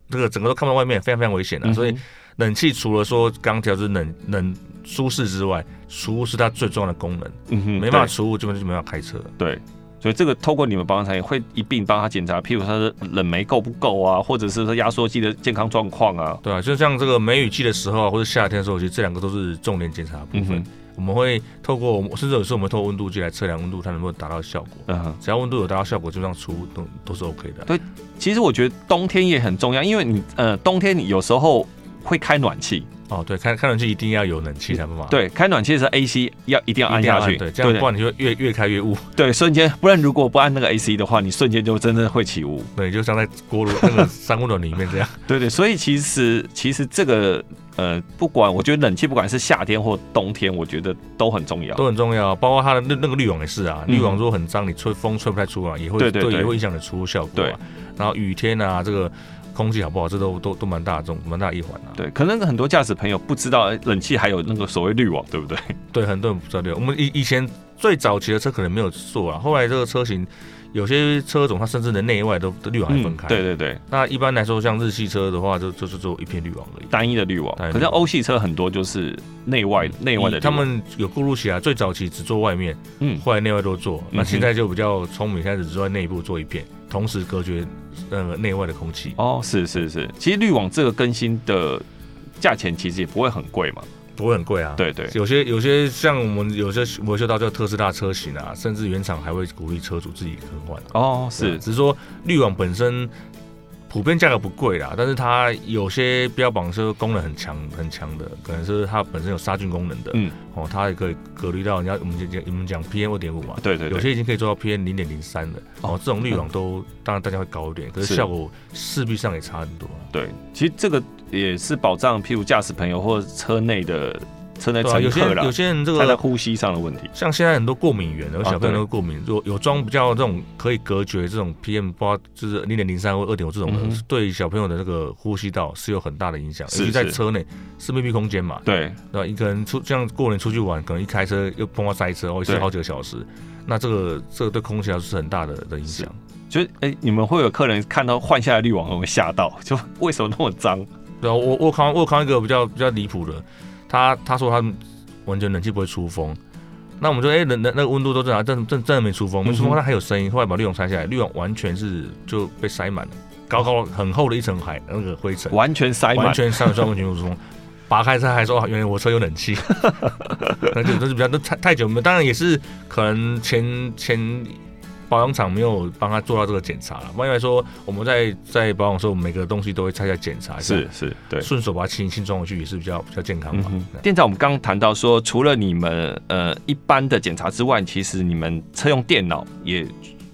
这个整个都看不到外面，非常非常危险的、啊
嗯哼
所以冷气除了说刚调是冷冷舒适之外，除雾是它最重要的功能，
嗯哼
没办法除雾，基本上就没办法开车。
对，所以这个透过你们保养厂也会一并帮他检查，譬如说他的冷媒够不够啊，或者是说压缩机的健康状况啊。
对啊，就像这个梅雨季的时候啊，或者夏天的时候，其实这两个都是重点检查的部分。
嗯哼
我们会透过，我们甚至有时候我们透过温度计来测量温度，它能不能达到效果。
嗯，
只要温度有达到效果，基本上除雾都都是 OK 的。
其实我觉得冬天也很重要，因为你呃，冬天你有时候会开暖气，
哦，对，开开暖气一定要有冷气才办法。
对，开暖气的时候 AC 要一定要
啊一
按
定要
下
按，
去，
对，这样
对
不然你就越越开越雾，
对，瞬间，不然如果不按那个 AC 的话，你瞬间就真的会起雾。
对，就像在锅炉那个三温暖里面 这样。
对对，所以其实其实这个呃，不管我觉得冷气不管是夏天或冬天，我觉得都很重要。
都很重要，啊包括它的那那个滤网也是啊，
嗯
滤网如果很脏，你吹风吹不太出啊来，也会
对对对
也会影响你出效果、
对
啊。然后雨天啊，这个空气好不好，这都都都蛮大众蛮大一环啊。
对，可能很多驾驶朋友不知道哎冷气还有那个所谓滤网，对不对？
对，很多人不知道这个。我们以以前最早期的车可能没有做啊，后来这个车型有些车种它甚至连内外都都滤网还分开、
嗯对，对对，
那一般来说像日系车的话，就就是做一片滤网而已。
单一的滤网
单一。的嗯
可是欧系车很多就是内外内外的
以
滤
他
网，
们有过渡起来，最早期只做外面，
嗯
后来内外都做。
哼
那现在就比较聪明，现在只做在内部做一片，同时隔绝呃内外的空气。
哦，是是是，其实滤网这个更新的价钱其实也不会很贵嘛。
不会很贵啊。，
对对，
有些有些像我们有些维修到这个特斯拉车型啊，甚至原厂还会鼓励车主自己更换。
哦
对啊
是，
只是说滤网本身普遍价格不贵啦，但是它有些标榜是功能很强很强的，可能是它本身有杀菌功能的，
嗯，
哦，它也可以隔离到人家我们讲我们讲 PM 二点五嘛，
对对
啊有
对，
些已经可以做到 PM 零点零三了，哦，这种滤网都当然大家会高一点，可
是
是效果势必上也差很多啊。
对，其实这个也是保障，譬如驾驶朋友或者车内的车内
对啊，
乘
有些
客
人
啦
有，些人这
他在
个
呼吸上的问题。
像现在很多过敏源，有
啊
小朋
对
友都过敏，如果有装比较这种可以隔绝这种 PM 八就是零点零三或二点五这种
嗯
的
哼，
对小朋友的那个呼吸道是有很大的影响，
是
尤其在
是
车内是密闭空间嘛，
对，
对吧？一个人出像过年出去玩，可能一开车又碰到塞车，哦，一次
对
好几个小时，那这个这个对空气还是很大的的影响。
就是哎、你们会有客人看到换下来滤网会吓到， 就为什么那么脏？
对啊，我我看我看一个比较比较离谱的，他他说他完全冷气不会出风，那我们说哎、诶冷冷那个温度都正常，真真真的没出风，没
嗯
出风
哼
它还有声音，后来把滤网拆下来，滤网完全是就被塞满了，高高很厚的一层海那个灰尘，
完全塞满
完，全塞满完全没出风。拔开它还说啊，原来我车有冷气， 那就这是比较都太太久没有，当然也是可能前前保养厂没有帮他做到这个检查了。不然来说，我们在在保养的时候，我们每个东西都会拆下检查一下，
是是，对。
顺手把它清清装回去也是比较比较健康
嗯
嘛。
哼，店长，我们刚刚谈到说，除了你们呃一般的检查之外，其实你们车用电脑也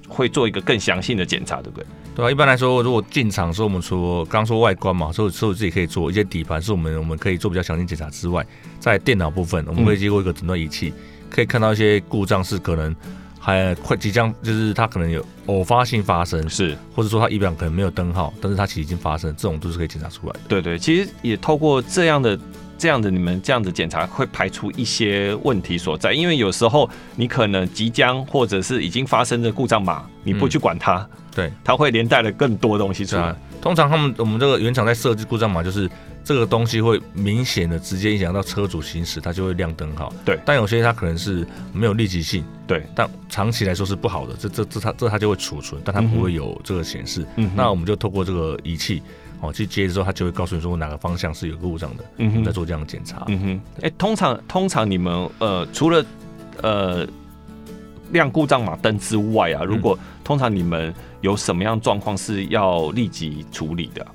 会做一个更详细的检查，对不对？
对啊，一般来说，如果进厂的时候，我们除刚刚说外观嘛，所以所以我自己可以做一些底盘，是我们我们可以做比较详细检查之外，在电脑部分，我们会经过一个诊断仪器，可以看到一些故障是可能还快即将就是它可能有偶发性发生，
是，
或者说它仪表可能没有灯号，但是它其实已经发生，这种都是可以检查出来的。
对对，其实也透过这样的、这样的你们这样的检查，会排除一些问题所在。因为有时候你可能即将或者是已经发生的故障码，你不去管它，
对，
它会连带了更多东西出
是
来
啊。，通常他们我们这个原厂在设计故障码，就是这个东西会明显的直接影响到车主行驶，它就会亮灯号。
对
但有些它可能是没有立即性，
对，
但长期来说是不好的，这这这它这它就会储存，但它
嗯哼
不会有这个显示。
嗯哼
那我们就透过这个仪器哦去接之后，它就会告诉你说哪个方向是有故障的，
嗯
我们
哼
再做这样的检查。
嗯哼，哎、通常通常你们呃，除了呃亮故障码灯之外啊，如果、通常你们有什么样状况是要立即处理的啊？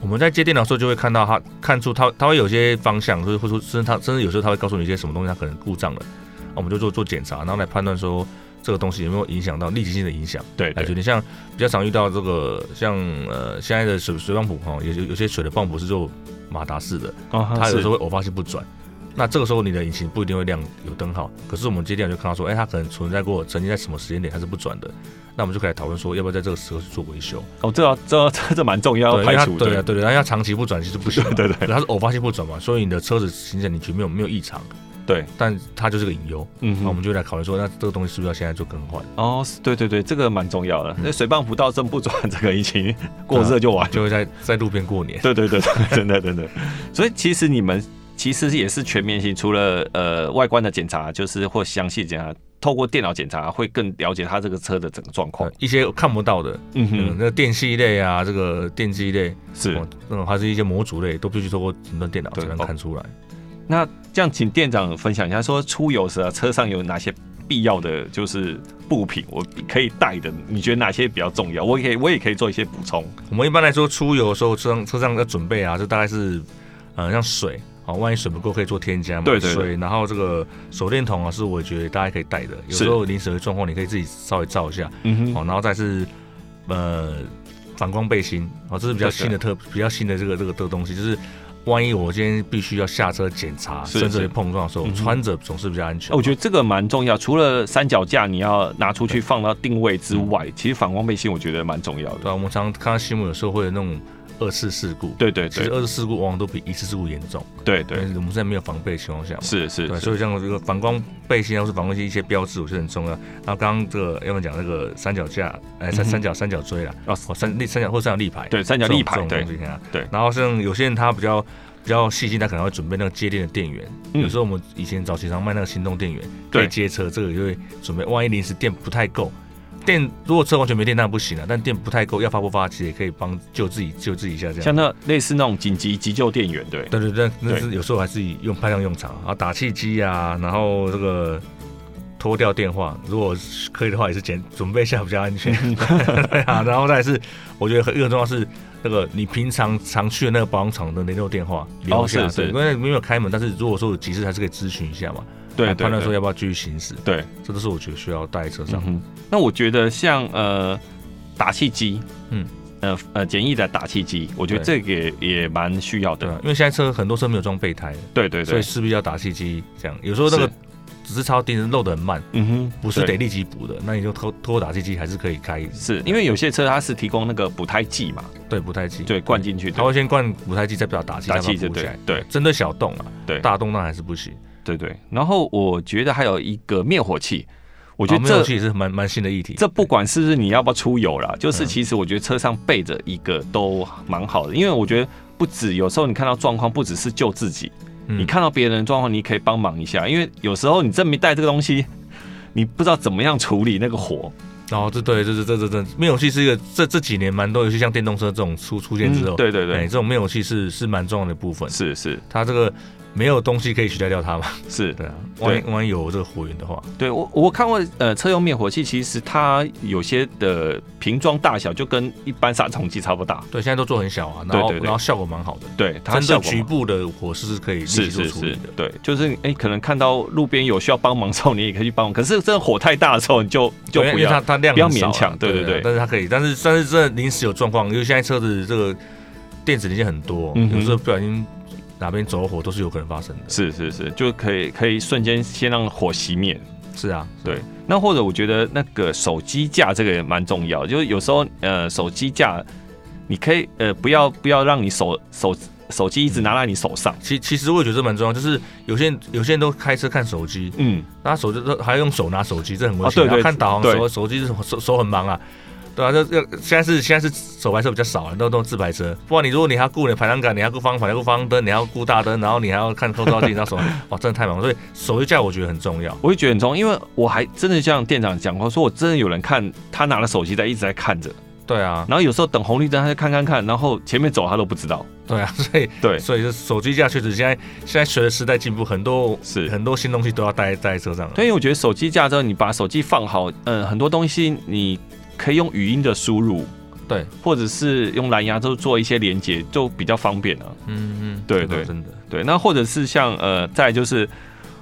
我们在接电脑的时候就会看到它，看出它它会有些方向，就是或者说甚至它甚至有时候它会告诉你一些什么东西它可能故障了，那我们就做做检查，然后来判断说这个东西有没有影响到立即性的影响。
对
来决定像比较常遇到这个像呃现在的水水泵浦哈，有有有些水的泵浦是做马达式的，它
它
有时
候
候会偶发性不转。那这个时候你的引擎不一定会亮有灯号，可是我们接电脑就看到说，哎、它可能存在过曾经在什么时间点它是不转的，那我们就可以来讨论说要不要在这个时候去做维修。
哦，这要这要这这蛮重要，
对，
要
因为
排
它
除
对
对
啊对对，然后它长期不转其实不行嘛，
对对
它是偶发性不转嘛，所以你的车子行驶你觉得没有没有异常，
对，
但它就是个隐忧，
嗯
那我
哼，
们就来考虑说，那这个东西是不是要现在做更换，
哦，是对对对，这个蛮重要的。
嗯
那、水泵不到正不转，这个已经过热就完了。
就会在在路边过 年。
对对对，对真的真的。所以其实你们其实也是全面性，除了呃外观的检查，就是或详细检查，透过电脑检查会更了解它这个车的整个状况
呃。一些看不到的，
嗯
嗯，
哼，
那个电器类啊，这个电机类，
是
哦。，那种还是一些模组类，都必须透过诊断电脑
对
才能
哦
看出来。
那这样，请店长分享一下，说出游时啊，车上有哪些必要的就是物品，我可以带的，你觉得哪些比较重要？我也可以，我也可以做一些补充。
我们一般来说出游的时候，车上车上要准备啊，就大概是，呃，像水好、万一水不够可以做添加嘛。
对对对
水，然后这个手电筒啊，是我觉得大家可以带的，有
是
时候临时的状况你可以自己稍微照一下。哦
嗯哼，
好、然后再是呃反光背心，哦，这是比较
对对
新的特比较新的这个这个这个东西，就是万一我今天必须要下车检查，
是
甚至
是
被碰撞的时候，
嗯哼
穿着总是比较安全。
我觉得这个蛮重要，除了三脚架你要拿出去放到定位之外，其实反光背心我觉得蛮重要
对
的。
啊，我们常常看到新闻，有时候会有那种二次事故。
对对
其实
对
二次事故往往都比一次事故严重，
对对
因，为我们现在没有防备的情况下嘛。
是是
对，
是
所以像这个反光背心啊或是反光一些标志，我觉得很重要。然后刚刚这个要么讲这个三脚架，哎，三
嗯哼
三角三角锥啦，
哦
哦，三立三角或三角立牌，
对三
这
角
种，
立牌，
这
对
种东西啊
对
然后像有些人他比较比较细心，他可能会准备那个接电的电源。
嗯
有时候我们以前早期常卖那个行动电源，
对
可以接车，这个也会准备。万一临时电不太够，电如果车完全没电那不行啊，但电不太够要发不发，其实也可以帮救自己救自己一下这样。
像那类似那种紧急急救电源，对
对对对，那是有时候还是以用派上用场啊，打气机啊，然后这个脱掉电话，如果是可以的话也是简准备一下比较安全。 对啊，然后再来是我觉得很一个很重要是那个你平常常去的那个保养厂的联络电话留下，
哦是是
对因为没有开门，但是如果说有急事还是可以咨询一下嘛，
对
来
对
判断说
对
要不要继续行驶，
对。
这都是我觉得需要带在车
嗯
上。
哼，那我觉得像呃打气机，嗯
嗯，
呃呃简易的打气机，我觉得这个也也蛮需要
对
的。
啊，因为现在车很多车没有装备胎，
对对
所
对
以，势必要打气机这样。有时候那个
是
只是超低，漏的很慢，
嗯哼，
不是
对
得立即补的，那你就偷偷打气机还是可以开，
是因为有些车它是提供那个补胎剂嘛，
对补胎剂，
对，灌进去
嗯它
的
会先灌补胎剂，再把打气
打气
再
就
把它补起
对
来。
对
针对小洞啊，
对
大洞那还是不行。
对对。然后我觉得还有一个灭火器，我
我
觉得
哦灭火
这
器也是蛮蛮新的议题。
这不管是不是你要不要出游啦，就是
嗯
其实我觉得车上备着一个都蛮好的，因为我觉得不止有时候你看到状况，不只是救自己，
嗯
你看到别人的状况，你可以帮忙一下，因为有时候你真没带这个东西，你不知道怎么样处理那个火。
哦，这对，这这这这这灭火器是一个这这几年蛮多，尤其像电动车这种出出现之后，
嗯对对
哎，
对，
这种灭火器是是蛮重要的部分。
是是
它这个没有东西可以取代掉它嘛？
是，
对啊，万一万一有这个火源的话，
对我我看过呃车用灭火器，其实它有些的瓶装大小就跟一般杀虫剂差不大，
对，现在都做很小啊，然后
对对对
然后效果蛮好的，
对，它
针对
效果
局部的火势是可以立
是
即做
是
处理
是
的。，
对，就是哎、可能看到路边有需要帮忙的时候，你也可以去帮忙。可是真的火太大的时候，你就就
对因
不
为它
要。
它量
不要
很少
勉
啊
强对对对
但是它可以，但是但是这临时有状况，因为现在车子这个电子零件很多，
嗯哼
有时候不小心哪边走火都是有可能发生的。
是是是，就可以可以瞬间先让火熄灭。
是啊，
对，那或者我觉得那个手机架这个也蛮重要，就是有时候呃手机架，你可以呃不要不要让你手手手机一直拿在你手上。
其其实我也觉得这蛮重要，就是有些人有些人都开车看手机，
嗯，
拿手机都还要用手拿手机，这很危
哦
险。
对对
然后看导航的时候，
对
手机是手手很忙啊。对啊，这要现在是现在是手排车比较少啊，都都自排车。不然你如果你还要顾你的排挡杆，你还要顾方向盘，你还要顾方向灯，你还要顾大灯，然后你还要看后照镜，然后手哇，真的太忙了。所以手机架我觉得很重要。
我会觉得很重要，因为我还真的像店长讲过，说我真的有人看他拿了手机在一直在看着，
对啊，
然后有时候等红绿灯他就看看看，然后前面走他都不知道。
对啊， 所以
对，
所以这手机架确实现在现在随着时代进步，很多
是
很多新东西都要带带在车上了。
对，因为我觉得手机架之后，你把手机放好，嗯，很多东西你可以用语音的输入，
对，
或者是用蓝牙都做一些连接，就比较方便啊。
嗯嗯，
对
真的
对
真的。
对，那或者是像呃，再来就是，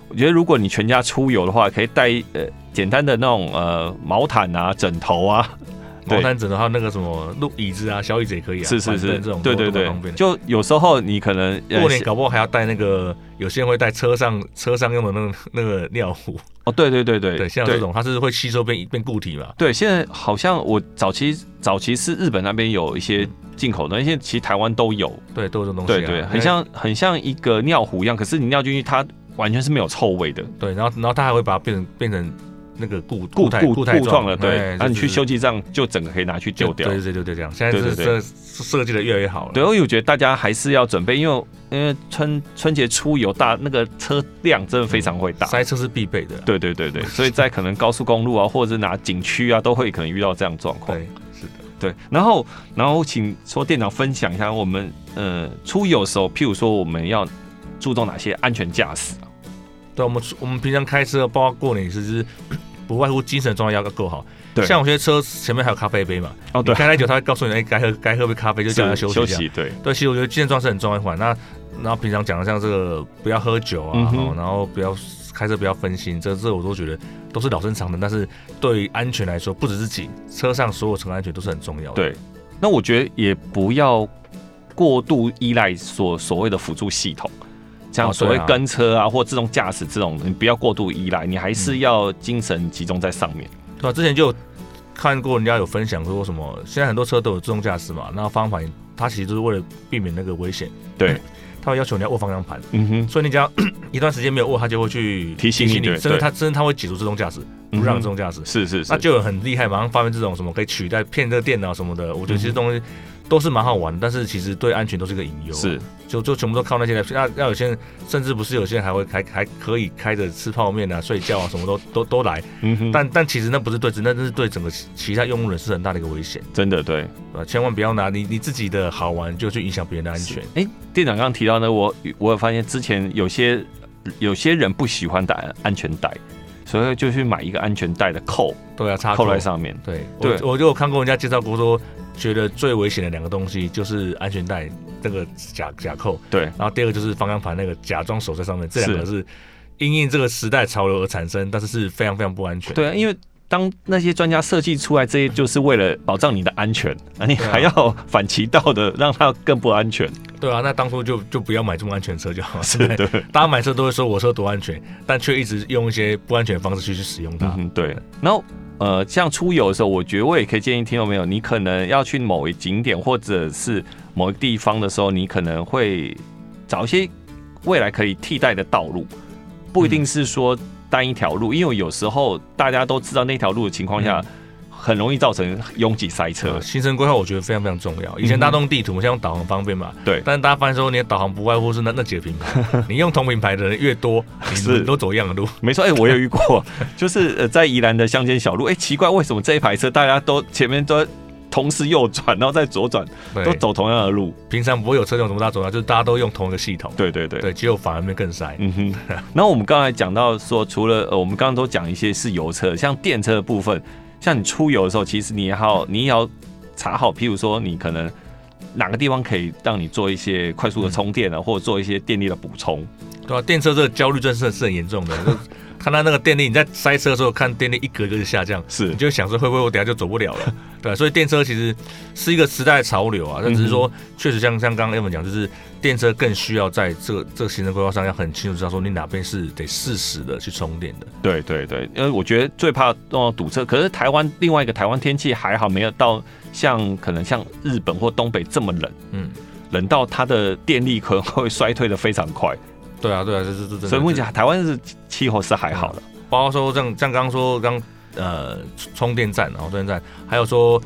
我觉得如果你全家出游的话，可以带呃简单的那种呃毛毯啊、枕头啊，对
毛毯枕的话，那个什么路椅子啊，小椅子也可以啊，
是是
板
是
凳这种，
对对
都都蛮
对
方便，的。
就有时候你可能呃
过年搞不好还要带那个，有些人会带车上车上用的那个那个尿壶，
哦，对对对对
对，像这种它是会吸收变变固体嘛，
对，现在好像我早期早期是日本那边有一些进口的，现在其实台湾都有，
对，都有这种东西、
对
啊，
对，
那
很像很像一个尿壶一样，可是你尿进去，它完全是没有臭味的，
对，然后然后它还会把它变成变成那个固
固
态
固
固态
固状的，对
哎，
然后你
就
去
是
修机站就整个可以拿去丢掉
对。对对对，这样，现在
对
这
对对
这设计的越来越好了，
对，因为我觉得大家还是要准备，因为因为春春节出游大，那个车辆真的非常会大。
塞车是必备的啊，
对对 对对，所以在可能高速公路啊，或者是哪景区啊，都会可能遇到这样的状况。
对，是的。
对，然后然后请说店长分享一下我们呃出游的时候，譬如说我们要注重哪些安全驾驶啊？
对，我们出我们平常开车，包括过年也是，就是不外乎精神状态要够好。
对
像有些车前面还有咖啡杯嘛，
哦对
你开太久他会告诉你，哎，该喝该喝杯咖啡，就叫他
是
休息
休
一下。
息，对，
对，其实我觉得健壮是很重要一环。那然后平常讲的像这个不要喝酒啊，
嗯哼
哦然后不要开车不要分心，这这我都觉得都是老生常谈。但是对于安全来说，不只是己车上所有乘客安全都是很重要的。
对那我觉得也不要过度依赖所所谓的辅助系统，像
哦
所谓
对啊
跟车啊或自动驾驶这种，你不要过度依赖，你还是要精神集中在上面。
对啊，之前就有看过人家有分享说什么，现在很多车都有自动驾驶嘛，那方法它其实就是为了避免那个危险，
对，
它会要求你要握方向盘，
嗯哼，
所以你只要 一段时间没有握，它就会去
提醒你对
甚至
对
它甚至它会解除自动驾驶，
嗯
不
哼
让自动驾驶。
是是是，
那就有很厉害，马上发明这种什么可以取代骗这个电脑什么的，我觉得
嗯
其实东西都是蛮好玩的，但是其实对安全都是个隐忧。
是，
就就全部都靠那些来骗。那那有些人甚至不是有些人还会还还可以开着吃泡面啊、睡觉啊，什么都都都来。
嗯哼，
但但其实那不是对自己，那那是对整个其其他用户人是很大的一个危险，
真的对。
啊，千万不要拿你你自己的好玩就去影响别人的安全。
哎、店长刚刚提到呢，我我有发现之前有些有些人不喜欢戴安全带，所以就去买一个安全带的扣
对啊，插
扣在。上面。
对，
对
我我就有看过人家介绍过说，觉得最危险的两个东西就是安全带那个假假扣，
对，
然后第二个就是方向盘那个假装手在上面，这
是
两个是因应这个时代潮流而产生，但是是非常非常不安全。
对啊，因为当那些专家设计出来这些，就是为了保障你的安全，啊，你
对啊
还要反其道的让它更不安全。
对啊，那当初就就不要买这么安全的车就好了。对不 对，
对，
大家买车都会说我车多安全，但却一直用一些不安全的方式去去使用它。
嗯哼，对。然后呃，像出游的时候，我觉得我也可以建议听众朋友，你可能要去某一景点或者是某一个地方的时候，你可能会找一些未来可以替代的道路，不一
嗯
定是说单一条路，因为有时候大家都知道那条路的情况
嗯
下，很容易造成拥挤塞车
呃，。行程规划我觉得非常非常重要。以前大家都用地图，现在用导航方便嘛。
嗯对
但是大家发现说，你的导航不外乎是那那几个品 牌，你用同品牌的人越多，你
是
们都走一样的路。
没错，哎、我有遇过， 就是呃，在宜兰的乡间小路，哎、奇怪，为什么这一排车大家都前面都同时右转，然后再左转，都
对，
走同样的路？
平常不会有车用什么大走啊，就是大家都用同一个系统。
对对对。
对，结果反而变更塞。
嗯哼，然后我们刚才讲到说，除了、呃、我们刚刚都讲一些是油车，像电车的部分，像你出游的时候，其实你也要 你也要查好，譬如说你可能哪个地方可以让你做一些快速的充电啊，或者做一些电力的补充。
对啊，电车这个焦虑症是是很严重的。就看到那个电力，你在塞车的时候看电力一格一格的下降，
是
你就想说会不会我等下就走不了了？对啊、所以电车其实是一个时代的潮流啊，但只
嗯
是说确实像像刚刚 Evan 讲，就是电车更需要在这个这个行程规划上要很清楚知道说你哪边是得适时的去充电的。
对对对，因为我觉得最怕弄到堵车。可是台湾另外一个台湾天气还好，没有到像可能像日本或东北这么冷，
嗯，
冷到它的电力可能会衰退的非常快。
对啊，对啊，这这这真的。
所以目前台湾是气候是还好的，
包括说像像刚刚说刚呃充充电站，然后充电站，还有说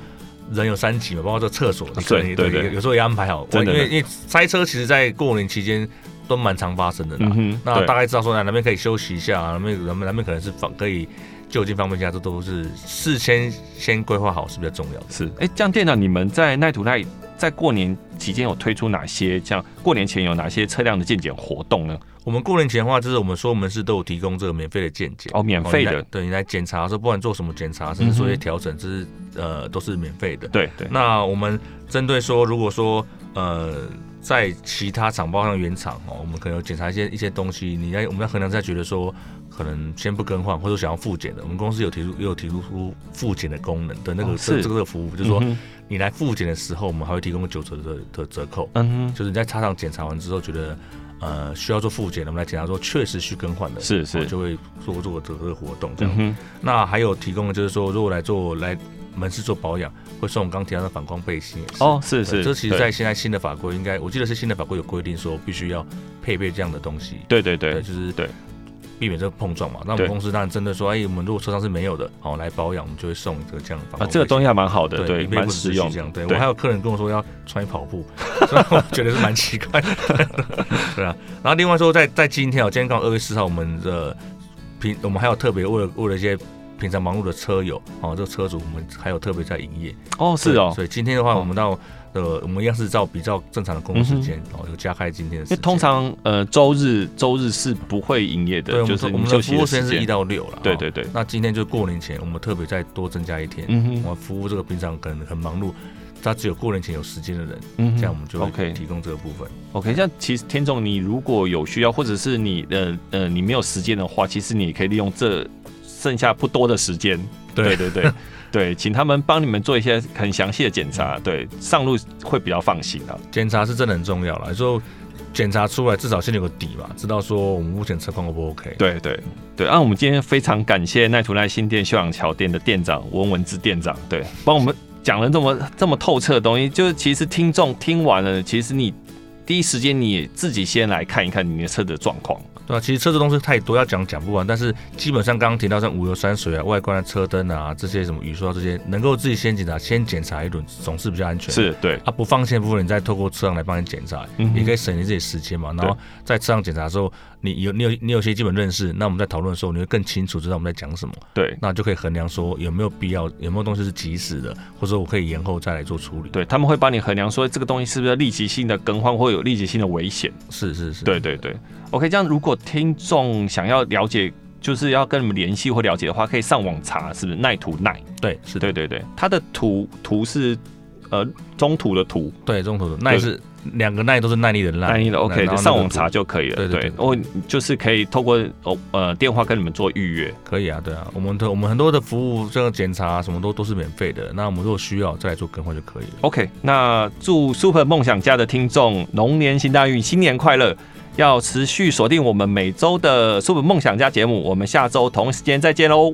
人有三级嘛，包括这厕所，
啊对对对
有有时候也安排好，
真的
因为因为塞车，其实在过年期间都蛮常发生的啦。
哼
嗯那
对
大概知道说哪哪边可以休息一下，哪边哪边哪边可能是方可以就近方便一下，这都是事先先规划好是比较重要的。
是，哎、这样店长，你们在奈图奈在过年期间有推出哪些？像过年前有哪些车辆的健检活动呢？
我们过年前的话，就是我们说我们是都有提供这个免费的健检
哦，免费
你来
的，
对你来检查的时候，不管做什么检查，甚至做一些调整，这是呃都是免费的。
对对，
那我们针对说，如果说呃，在其他厂包上原厂哦，我们可能有检查一些一些东西，你在我们在衡量在觉得说，可能先不更换，或者想要复检的，我们公司有提出也有提出复检的功能的那个、
哦
这
是
这个服务，就是说
嗯哼
你来复检的时候，我们还会提供九折的的折扣，
嗯哼，
就是你在车上检查完之后觉得。呃，需要做复检的，我们来检查说确实需更换的，
是是
我哦就会做做这个活动这样
嗯
子
哼，
那还有提供的就是说，如果来做来门市做保养，会送我们刚提到的反光背心也是。
哦，是
对，
是，
这其实
对
在现在新的法规应该，我记得是新的法规有规定说必须要配备这样的东西。
对对对，
就是
对。
避免这个碰撞嘛，那我
对
们公司当然针对说，哎，我们如果车上是没有的，好来保养，我们就会送一个这样的反
啊，
光背心。
这个东西还蛮好的，
对，
对，
以备
蛮
不时
实
之
用
需这样。对
对
我还有客人跟我说要穿去跑步， 所以我觉得是蛮奇怪的，对啊。然后另外说，在在今天哦，今天刚好二月四号，我们的平我们还有特别为了为了一些平常忙碌的车友哦，这个车主我们还有特别在营业
哦，是
对
哦，
所以今天的话，
哦嗯
我们到呃，我们一样是照比较正常的工作时间，然后有加开今天的
因
时
为
间。
通常呃周日周日是不会营业
对，
的，
我
就
们
是
说我
你
们
休
的
息
服
的
务
时
时间是一
间。
到六了。
对
哦
对对，
那今天就过年前，我们特别再多增加一天，
嗯
我
哼，
们服务这个平常可能很忙碌，他只有过年前有时间的人，
嗯哼
这样我们就
OK
会提供这个部分。
OK，像其实天众，你如果有需要，或者是你呃呃你没有时间的话，其实你也可以利用这剩下不多的时间，对
对
对 对对，请他们帮你们做一些很详细的检查，对，上路会比较放心啊。
检查是真的很重要了，就检查出来至少心里有个底嘛，知道说我们目前车况 O 不 OK。
对对对，啊，我们今天非常感谢奈图赖新店秀朗桥店的店长文文之店长，对，帮我们讲了这么这么透彻的东西，就是其实听众听完了，其实你第一时间你也自己先来看一看你的车的状况。
对啊，其实车子东西太多，要讲讲不完。但是基本上刚刚提到像无油山水啊、外观的车灯啊这些什么雨刷这些，能够自己先检查、先检查一轮，总是比较安全。
是对，
啊，不放线的部分，你再透过车上来帮你检查，
嗯哼
也可以省你自己时间嘛。
对
然后在车上检查之后，你有你有你有些基本认识，那我们在讨论的时候，你会更清楚知道我们在讲什么，
对
那就可以衡量说有没有必要，有没有东西是及时的，或者我可以延后再来做处理。
对，他们会帮你衡量说这个东西是不是立即性的更换或有立即性的危险。
是是是，
对对对，OK，这样如果听众想要了解，就是要跟你们联系或了解的话，可以上网查是不是奈图奈？
对是
对
的，
对对，它的图图是呃中途的图，
对中途的耐是两个耐都是耐力的耐，
单一的 OK，
然
就
后那个
上网查就可以了。
对对对对
我就是可以透过哦呃电话跟你们做预约。
可以啊，对啊，我们的我们很多的服务，这个检查啊什么都都是免费的。那我们如果需要再来做更换就可以了。
OK，那祝 Super 梦想家的听众龙年行大运，新年快乐！要持续锁定我们每周的 Super 梦想家节目，我们下周同一时间再见喽。